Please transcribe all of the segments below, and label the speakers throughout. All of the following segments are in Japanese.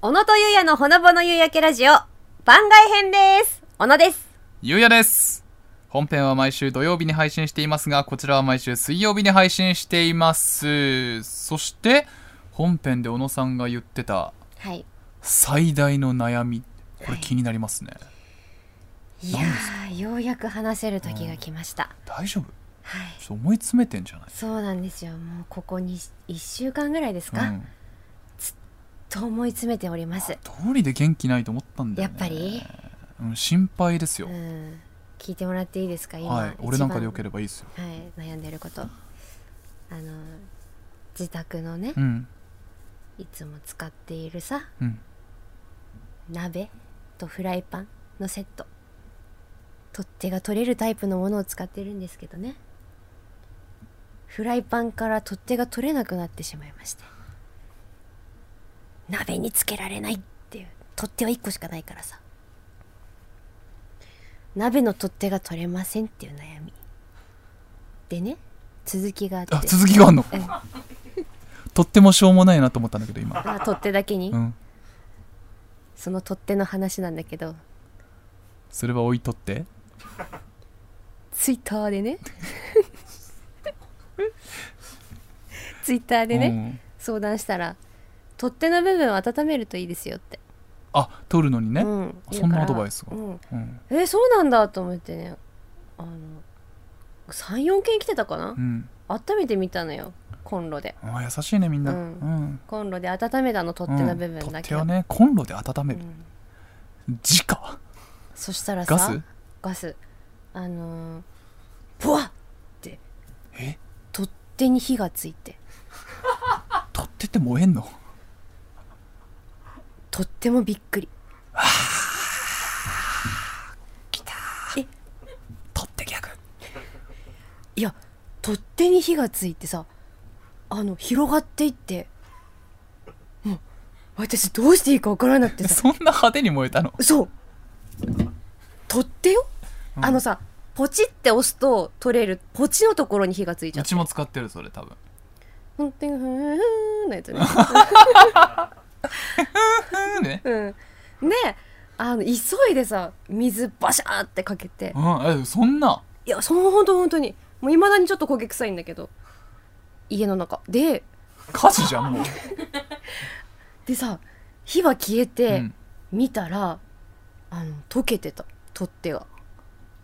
Speaker 1: 小野とゆうやのほのぼの夕焼けラジオ番外編です小野です
Speaker 2: ゆうやです本編は毎週土曜日に配信していますがこちらは毎週水曜日に配信していますそして本編で小野さんが言ってた
Speaker 1: はい
Speaker 2: 最大の悩みこれ気になりますね、
Speaker 1: いやーようやく話せる時が来ました、
Speaker 2: 大丈夫
Speaker 1: はい
Speaker 2: ちょっと思い詰めてんじゃない
Speaker 1: そうなんですよもうここに1週間ぐらいですか、
Speaker 2: うん
Speaker 1: と思い詰めております
Speaker 2: 通りで元気ないと思ったんだよね
Speaker 1: やっぱり、
Speaker 2: うん、心配ですよ
Speaker 1: う、ん聞いてもらっていいですか今、
Speaker 2: はい俺なんかでよけ
Speaker 1: る
Speaker 2: ればいいですよ
Speaker 1: はい悩んでることあの自宅のね
Speaker 2: うん
Speaker 1: いつも使っているさ
Speaker 2: うん
Speaker 1: 鍋とフライパンのセット取っ手が取れるタイプのものを使ってるんですけどねフライパンから取っ手が取れなくなってしまいまして鍋につけられないっていう取っ手は1個しかないからさ鍋の取っ手が取れませんっていう悩みでね続きがあって
Speaker 2: あ続きがあんの
Speaker 1: うん
Speaker 2: とってもしょうもないなと思ったんだけど今
Speaker 1: あ取っ手だけに、
Speaker 2: うん
Speaker 1: その取っ手の話なんだけど
Speaker 2: それは置いとって
Speaker 1: ツイッターで ねツイッターでね、
Speaker 2: うん
Speaker 1: 相談したら取っ手の部分を温めるといいですよって、
Speaker 2: あ取るのにね、
Speaker 1: うん、
Speaker 2: そんなアドバイスが
Speaker 1: うん、
Speaker 2: うん
Speaker 1: えそうなんだと思ってねあの34件来てたかな、
Speaker 2: うん
Speaker 1: 温めてみたのよコンロで
Speaker 2: あ優しいねみんな、
Speaker 1: う
Speaker 2: うんん
Speaker 1: コンロで温めたの取っ手の部分
Speaker 2: 取
Speaker 1: だ
Speaker 2: っ
Speaker 1: け
Speaker 2: 手
Speaker 1: ど、
Speaker 2: をねコンロで温め
Speaker 1: う
Speaker 2: る、
Speaker 1: ん
Speaker 2: 直
Speaker 1: そしたらさ
Speaker 2: ガス
Speaker 1: ガスあのー、ブワッって
Speaker 2: え
Speaker 1: 取っ手に火がついて
Speaker 2: 取っ手って燃えんの
Speaker 1: とってもびっくり
Speaker 2: 取っ手逆
Speaker 1: いや取っ手に火がついてさあの広がっていってもう私どうしていいかわからなくてさ
Speaker 2: そんな派手に燃えたの
Speaker 1: そう取っ手よ、
Speaker 2: うん
Speaker 1: あのさポチって押すと取れるポチのところに火がついちゃう
Speaker 2: うちも使ってるそれ多分
Speaker 1: ほんとにふーんのや つね
Speaker 2: うんね
Speaker 1: うんであの急いでさ水バシャーってかけて
Speaker 2: うんえそんない
Speaker 1: やそうほんとほんとにもういまだにちょっと焦げ臭いんだけど家の中で
Speaker 2: 火事じゃんもう、
Speaker 1: でさ火は消えて、
Speaker 2: うん
Speaker 1: 見たらあの溶けてた取っ手が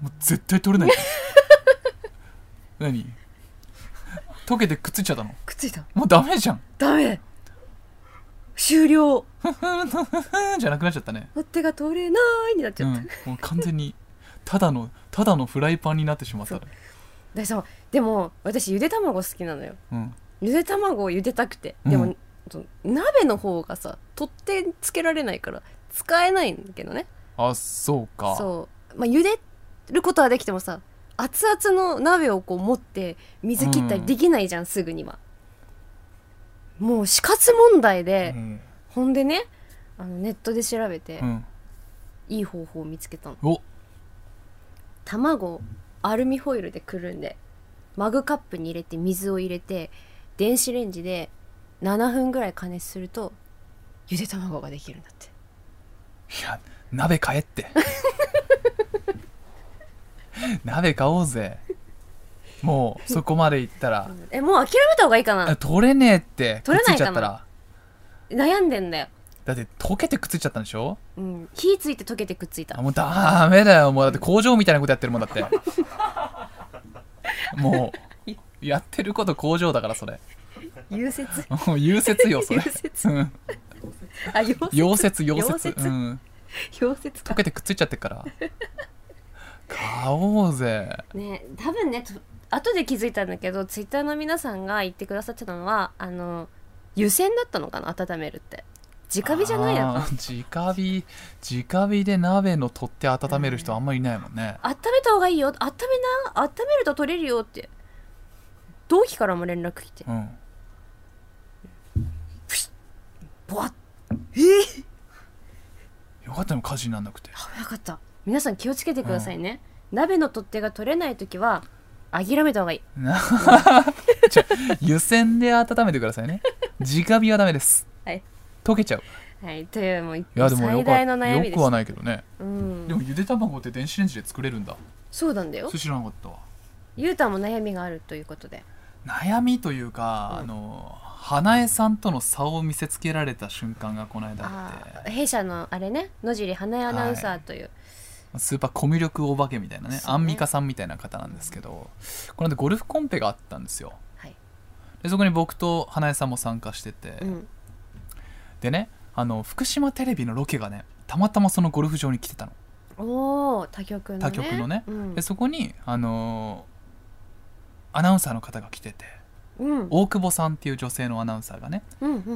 Speaker 2: もう絶対取れないじ ゃん何溶けてくっついちゃったの
Speaker 1: くっついた
Speaker 2: もうダメじゃん
Speaker 1: ダメ終了
Speaker 2: じゃなくなっちゃったね
Speaker 1: 取っ手が取れないになっち
Speaker 2: う
Speaker 1: ゃ
Speaker 2: ん
Speaker 1: った、
Speaker 2: もう完全にただのただのフライパンになってしまったね
Speaker 1: でさでも私ゆで卵好きなのよ
Speaker 2: うん
Speaker 1: ゆで卵をゆでたくて
Speaker 2: うん
Speaker 1: でも、その鍋の方がさ取っ手つけられないから使えないんだけどね
Speaker 2: あそうか
Speaker 1: そう、まあ、ゆでることはできてもさ熱々の鍋をこう持って水切ったりできないじゃん、すぐにはもう死活問題で、
Speaker 2: ん
Speaker 1: ほんでねあのネットで調べて、
Speaker 2: うん、
Speaker 1: いい方法を見つけたの
Speaker 2: お
Speaker 1: 卵をアルミホイルでくるんでマグカップに入れて水を入れて電子レンジで7分ぐらい加熱するとゆで卵ができるんだって
Speaker 2: いや鍋買えって 鍋買おうぜもうそこまでいったら
Speaker 1: えもう諦めた方がいいか
Speaker 2: あ
Speaker 1: な
Speaker 2: 取れねえってく
Speaker 1: 取
Speaker 2: っ
Speaker 1: れ
Speaker 2: つ
Speaker 1: ないい
Speaker 2: ち
Speaker 1: か
Speaker 2: ゃ
Speaker 1: な
Speaker 2: ったら
Speaker 1: 悩んでんだよ、
Speaker 2: だって溶けてくっついちゃったんでしょ
Speaker 1: うん、火ついて溶けてくっついた
Speaker 2: あもうダメだよもうだって工場みたいなことやってるもん だってもうやってること工場だからそれ
Speaker 1: 融雪
Speaker 2: もう融雪よそれ
Speaker 1: 融雪
Speaker 2: うん
Speaker 1: あ溶
Speaker 2: 溶接溶
Speaker 1: 溶
Speaker 2: 接
Speaker 1: 接
Speaker 2: うん
Speaker 1: 溶接か
Speaker 2: 溶けてくっついちゃってっから買おうぜ
Speaker 1: ね多分ねと後で気づいたんだけどツイッターの皆さんが言ってくださってたのはあの湯煎だったのかな温めるって直火じゃないの
Speaker 2: あ
Speaker 1: か
Speaker 2: ー直火直火で鍋の取っ手温める人あんまりいないもんね、
Speaker 1: 温めた方がいいよ温めな温めると取れるよって同期からも連絡来て
Speaker 2: うん
Speaker 1: ボワッえ
Speaker 2: よかったの火事になんなくて
Speaker 1: ー、よかった皆さん気をつけてくださいね、鍋の取っ手が取れない時は諦めた方がいい
Speaker 2: な ちょ湯煎で温めてくださいね直火はダメです
Speaker 1: はい
Speaker 2: 溶けちゃう
Speaker 1: はいというもう
Speaker 2: いやでもよ
Speaker 1: 最
Speaker 2: か
Speaker 1: 大
Speaker 2: っ
Speaker 1: の
Speaker 2: た
Speaker 1: 悩み
Speaker 2: よ
Speaker 1: です
Speaker 2: くはないけどね
Speaker 1: うん
Speaker 2: でもゆで卵って電子レンジで作れるんだ
Speaker 1: そうなんだよ
Speaker 2: それ知らなかったわ
Speaker 1: ゆうたも悩みがあるということで
Speaker 2: 悩みというか、
Speaker 1: うん
Speaker 2: あの花江さんとの差を見せつけられた瞬間がこの間あって
Speaker 1: あー弊社のあれね野尻花江アナウンサーという、
Speaker 2: スーパーコミュ力お化けみたいなね
Speaker 1: そうね
Speaker 2: アンミカさんみたいな方なんですけどこの間ゴルフコンペがあったんですよ
Speaker 1: はい
Speaker 2: でそこに僕と花江さんも参加してて、
Speaker 1: うん、
Speaker 2: でねあの福島テレビのロケがねたまたまそのゴルフ場に来てたの、
Speaker 1: おお他局のね
Speaker 2: 他局のね
Speaker 1: うん
Speaker 2: でそこにあのーアナウンサーの方が来てて
Speaker 1: うん
Speaker 2: 大久保さんっていう女性のアナウンサーがね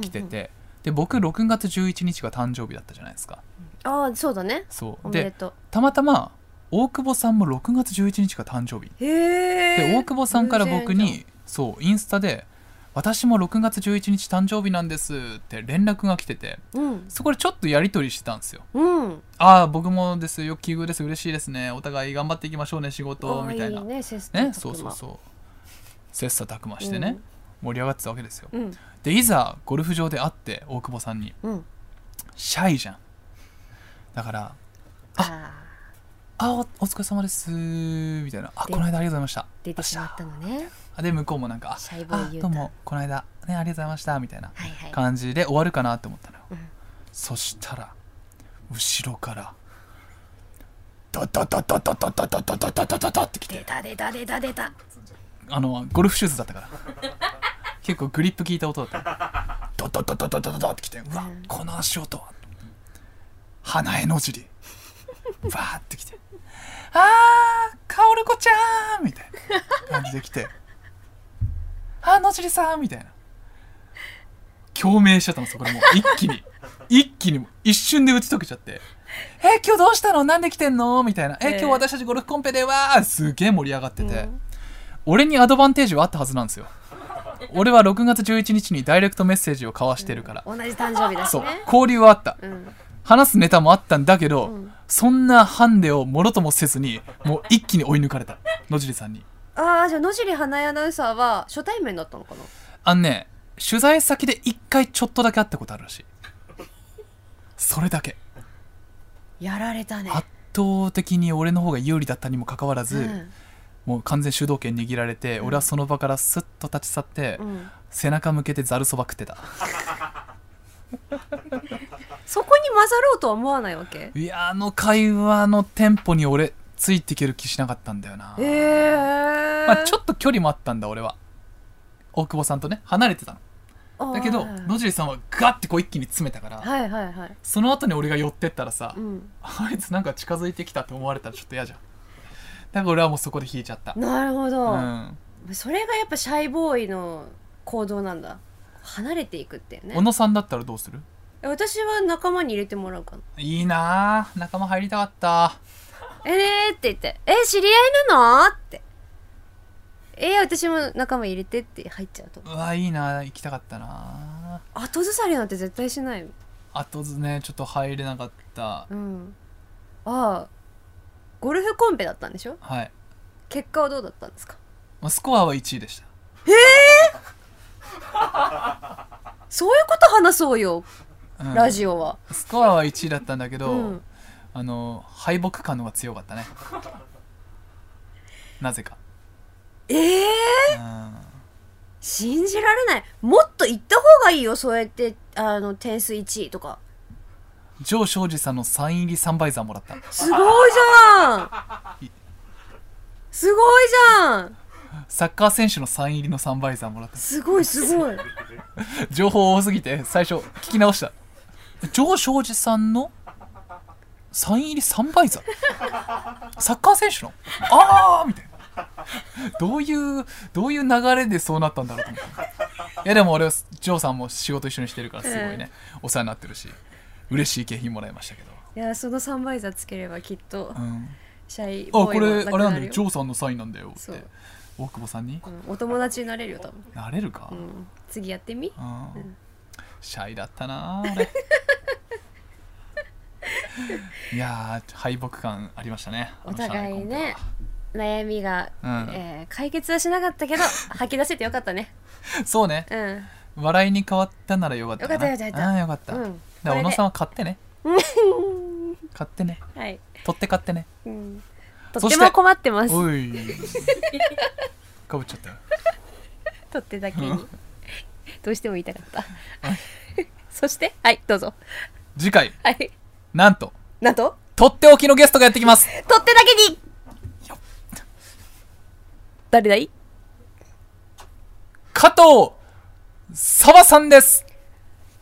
Speaker 2: 来てて、で僕6月11日が誕生日だったじゃないですか
Speaker 1: ああーそうだね
Speaker 2: そ
Speaker 1: お
Speaker 2: う
Speaker 1: めで
Speaker 2: で
Speaker 1: とう
Speaker 2: たまたま大久保さんも6月11日が誕生日
Speaker 1: へ
Speaker 2: で
Speaker 1: え
Speaker 2: 大久保さんから僕にそうインスタで「私も6月11日誕生日なんです」って連絡が来てて
Speaker 1: うん
Speaker 2: そこでちょっとやり取りしてたんですよ
Speaker 1: うん
Speaker 2: 「ああ僕もですよ奇遇です嬉しいですねお互い頑張っていきましょうね仕事」
Speaker 1: あー
Speaker 2: みたいな
Speaker 1: ね切磋琢磨
Speaker 2: ねそうそうそう切磋琢磨してね、盛り上がってたわけですよ
Speaker 1: うん
Speaker 2: でいざゴルフ場で会って大久保さんに
Speaker 1: うん、うん、
Speaker 2: シャイじゃんだから
Speaker 1: あ
Speaker 2: 「あおお疲れ様です」みたいな「あ
Speaker 1: で
Speaker 2: この間ありがとうございました」
Speaker 1: ー出てしまったのね
Speaker 2: あで向こうもなんか「
Speaker 1: シャイボ
Speaker 2: あ
Speaker 1: ーイユー
Speaker 2: ど
Speaker 1: タ
Speaker 2: うもこの間ねありがとうございました」みたいな
Speaker 1: はいはい
Speaker 2: 感じで終わるかなって思ったのよ、
Speaker 1: うん
Speaker 2: そしたら後ろからダダダダダダダダダダダダダダってき
Speaker 1: 出
Speaker 2: て
Speaker 1: た出た出た出た
Speaker 2: あのゴルフシューズだったから結構グリップ効いた音だったのダダダダダダダダってきてうわ
Speaker 1: うん
Speaker 2: この足音は花江の尻バーってきて「あーかおる子ちゃん!」みたいな感じできて「あーの尻さん!」みたいな共鳴しちゃったのそこでもう一気に一気にもう一瞬で打ち解けちゃって「え今日どうしたのなんで来てんの?」みたいな「え
Speaker 1: ええ
Speaker 2: 今日私たちゴルフコンペでわー!」すげえ盛り上がってて、
Speaker 1: うん
Speaker 2: 俺にアドバンテージはあったはずなんですよ俺は6月11日にダイレクトメッセージを交わしてるから、
Speaker 1: 同じ誕生日だし
Speaker 2: そう
Speaker 1: ね
Speaker 2: 交流はあった
Speaker 1: うん
Speaker 2: 話すネタもあったんだけど、
Speaker 1: うん
Speaker 2: そんなハンデをもろともせずにもう一気に追い抜かれた野尻さんに
Speaker 1: ああじゃあ野尻花江アナウンサーは初対面だったのかな
Speaker 2: あのね取材先で一回ちょっとだけ会ったことあるらしいそれだけ
Speaker 1: やられたね
Speaker 2: 圧倒的に俺の方が有利だったにもかかわらず、
Speaker 1: うん
Speaker 2: もう完全主導権握られて、俺はその場からスッと立ち去って、
Speaker 1: うん
Speaker 2: 背中向けてざるそば食ってた
Speaker 1: そこに混ざろうとは思わないわけ
Speaker 2: いやあの会話のテンポに俺ついていける気しなかったんだよな、
Speaker 1: ええ
Speaker 2: まあ、ちょっと距離もあったんだ俺は大久保さんとね離れてたの
Speaker 1: と
Speaker 2: だけど野尻さんはガッてこう一気に詰めたから、
Speaker 1: はいはいはい
Speaker 2: その後に俺が寄ってったらさ、
Speaker 1: うん
Speaker 2: あいつなんか近づいてきたって思われたらちょっと嫌じゃんだから俺はもうそこで引いちゃった
Speaker 1: なるほ
Speaker 2: う
Speaker 1: ど、
Speaker 2: ん
Speaker 1: それがやっぱシャイボーイの行動なんだ離れていくっていうね
Speaker 2: 小野さんだったらどうする
Speaker 1: え私は仲間に入れてもらうかない
Speaker 2: いなあ仲間入りたかった
Speaker 1: えーって言って「え知り合いなの?」って「えー、私も仲間入れて」って入っちゃうと
Speaker 2: うわいいなあ行きたかったな
Speaker 1: 後ずさりなんて絶対しない
Speaker 2: あ後ずねちょっと入れなかった
Speaker 1: うんああゴルフコンペだったんでしょ
Speaker 2: はい
Speaker 1: 結果はどうだったんですか
Speaker 2: まあスコアは1位でした
Speaker 1: そういうこと話そうよ、
Speaker 2: うん
Speaker 1: ラジオは
Speaker 2: スコアは1位だったんだけど、
Speaker 1: うん
Speaker 2: あの敗北感の方が強かったね なぜか、
Speaker 1: ええ
Speaker 2: うん
Speaker 1: 信じられないもっと行った方がいいよそうやってあの点数1位とか
Speaker 2: ジョー庄司さんのサイン入り3倍座もらった
Speaker 1: すごいじゃんすごいじゃん
Speaker 2: サッカー選手のサイン入りの3倍座もらった
Speaker 1: すごいすごい
Speaker 2: 情報多すぎて最初聞き直したジョー庄司さんのサイン入り3倍座サッカー選手のああみたいなどういうどういう流れでそうなったんだろうと思っていやでも俺はジョーさんも仕事一緒にしてるからすごいね、お世話になってるし嬉しい景品もらいましたけど
Speaker 1: いやその3倍座つければきっと
Speaker 2: うん
Speaker 1: シャイ
Speaker 2: あ
Speaker 1: ボ
Speaker 2: こ
Speaker 1: ーイ
Speaker 2: れ
Speaker 1: は
Speaker 2: あ
Speaker 1: な
Speaker 2: れ
Speaker 1: く
Speaker 2: なん
Speaker 1: な
Speaker 2: だ
Speaker 1: る
Speaker 2: よ
Speaker 1: よ
Speaker 2: ジョーさんのサインなんだよっ
Speaker 1: そう
Speaker 2: て大久保さんに
Speaker 1: うんお友達になれるよ多分、
Speaker 2: なれるか、
Speaker 1: う
Speaker 2: うん
Speaker 1: ん、次やってみ
Speaker 2: シャイだったな俺いやー敗北感ありましたねあの
Speaker 1: お互いね
Speaker 2: シャイコン
Speaker 1: 悩みが、
Speaker 2: うん
Speaker 1: えー解決はしなかったけど吐き出せてよかったね
Speaker 2: ペはそうね
Speaker 1: うん
Speaker 2: 笑いに変わったならよかった
Speaker 1: よかったよかった
Speaker 2: あーよかった、
Speaker 1: うん
Speaker 2: で
Speaker 1: これ
Speaker 2: 小
Speaker 1: で
Speaker 2: 野さんは買って ね買ってね
Speaker 1: はい、
Speaker 2: 取って買ってね
Speaker 1: うん、
Speaker 2: そ
Speaker 1: と
Speaker 2: して
Speaker 1: っても困ってます
Speaker 2: おいかぶっちゃったよ
Speaker 1: 取ってだけにどうしても言いたかった そしてはいどうぞ
Speaker 2: 次回
Speaker 1: はい
Speaker 2: なんと
Speaker 1: なんと
Speaker 2: とっておきのゲストがやってきます
Speaker 1: 取ってだけに誰だい
Speaker 2: 加藤沢さんです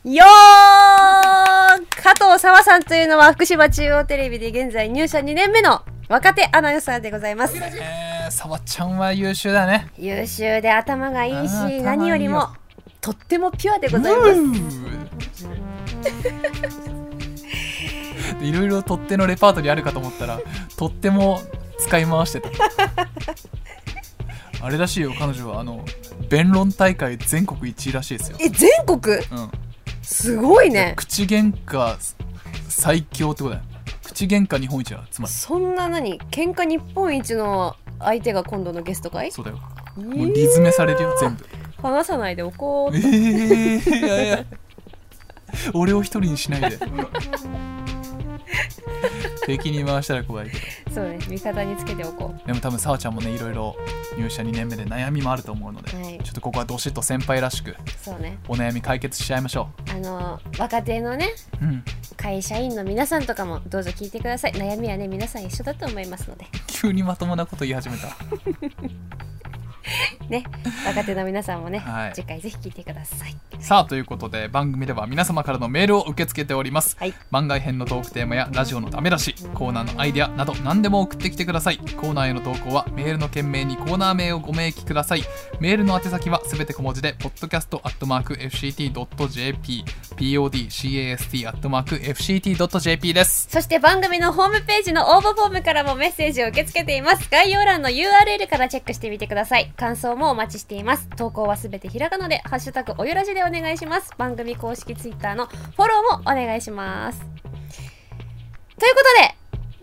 Speaker 1: よー加藤沢さんというのは福島中央テレビで現在入社2年目の若手アナウンサーでございます
Speaker 2: えー、沢ちゃんは優秀だね
Speaker 1: 優秀で頭がいい
Speaker 2: あー頭いい
Speaker 1: し
Speaker 2: よ
Speaker 1: 何よりもとってもピュアでございます
Speaker 2: いろいろ取っ手のレパートリーあるかと思ったらとっても使い回してたあれらしいよ彼女はあの弁論大会全国1位らしいですよ、
Speaker 1: え全国
Speaker 2: うん、
Speaker 1: すごいね
Speaker 2: 口喧嘩最強ってことだよ口喧嘩日本一だつまり
Speaker 1: そんな何喧嘩日本一の相手が今度のゲストかい
Speaker 2: そうだよも
Speaker 1: え
Speaker 2: う
Speaker 1: ー
Speaker 2: リズメされるよ全部
Speaker 1: 話さないでおこう
Speaker 2: えー、いやいや俺を一人にしないで 敵に回したら怖いけど
Speaker 1: そうね味方につけておこ
Speaker 2: でも多分さわちゃんもねいろいろ入社2年目で悩みもあると思うので、
Speaker 1: はい
Speaker 2: ちょっとここはどしっと先輩らしく
Speaker 1: うそうね
Speaker 2: お悩み解決しちゃいましょ
Speaker 1: あの若手のね
Speaker 2: ううん
Speaker 1: 会社員の皆さんとかもどうぞ聞いてください悩みはね皆さん一緒だと思いますので
Speaker 2: 急にまともなこと言い始めた
Speaker 1: ね若手の皆さんもね、
Speaker 2: はい
Speaker 1: 次回ぜひ聞いてください
Speaker 2: さあということで番組では皆様からのメールを受け付けております、
Speaker 1: はい
Speaker 2: 番外編のトークテーマやラジオのダメ出しコーナーのアイデアなど何でも送ってきてくださいコーナーへの投稿はメールの件名にコーナー名をご明記くださいメールの宛先はすべて小文字で podcast.fct.jp podcast.fct.jp です
Speaker 1: そして番組のホームページの応募フォームからもメッセージを受け付けています。概要欄の URL からチェックしてみてください。感想もお待ちしています。投稿はすべてひらがなで、ハッシュタグおよらじでお願いします。番組公式 Twitter のフォローもお願いします。というこ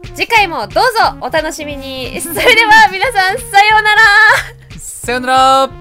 Speaker 1: とで、次回もどうぞお楽しみに。それでは皆さん、さようなら
Speaker 2: さよなら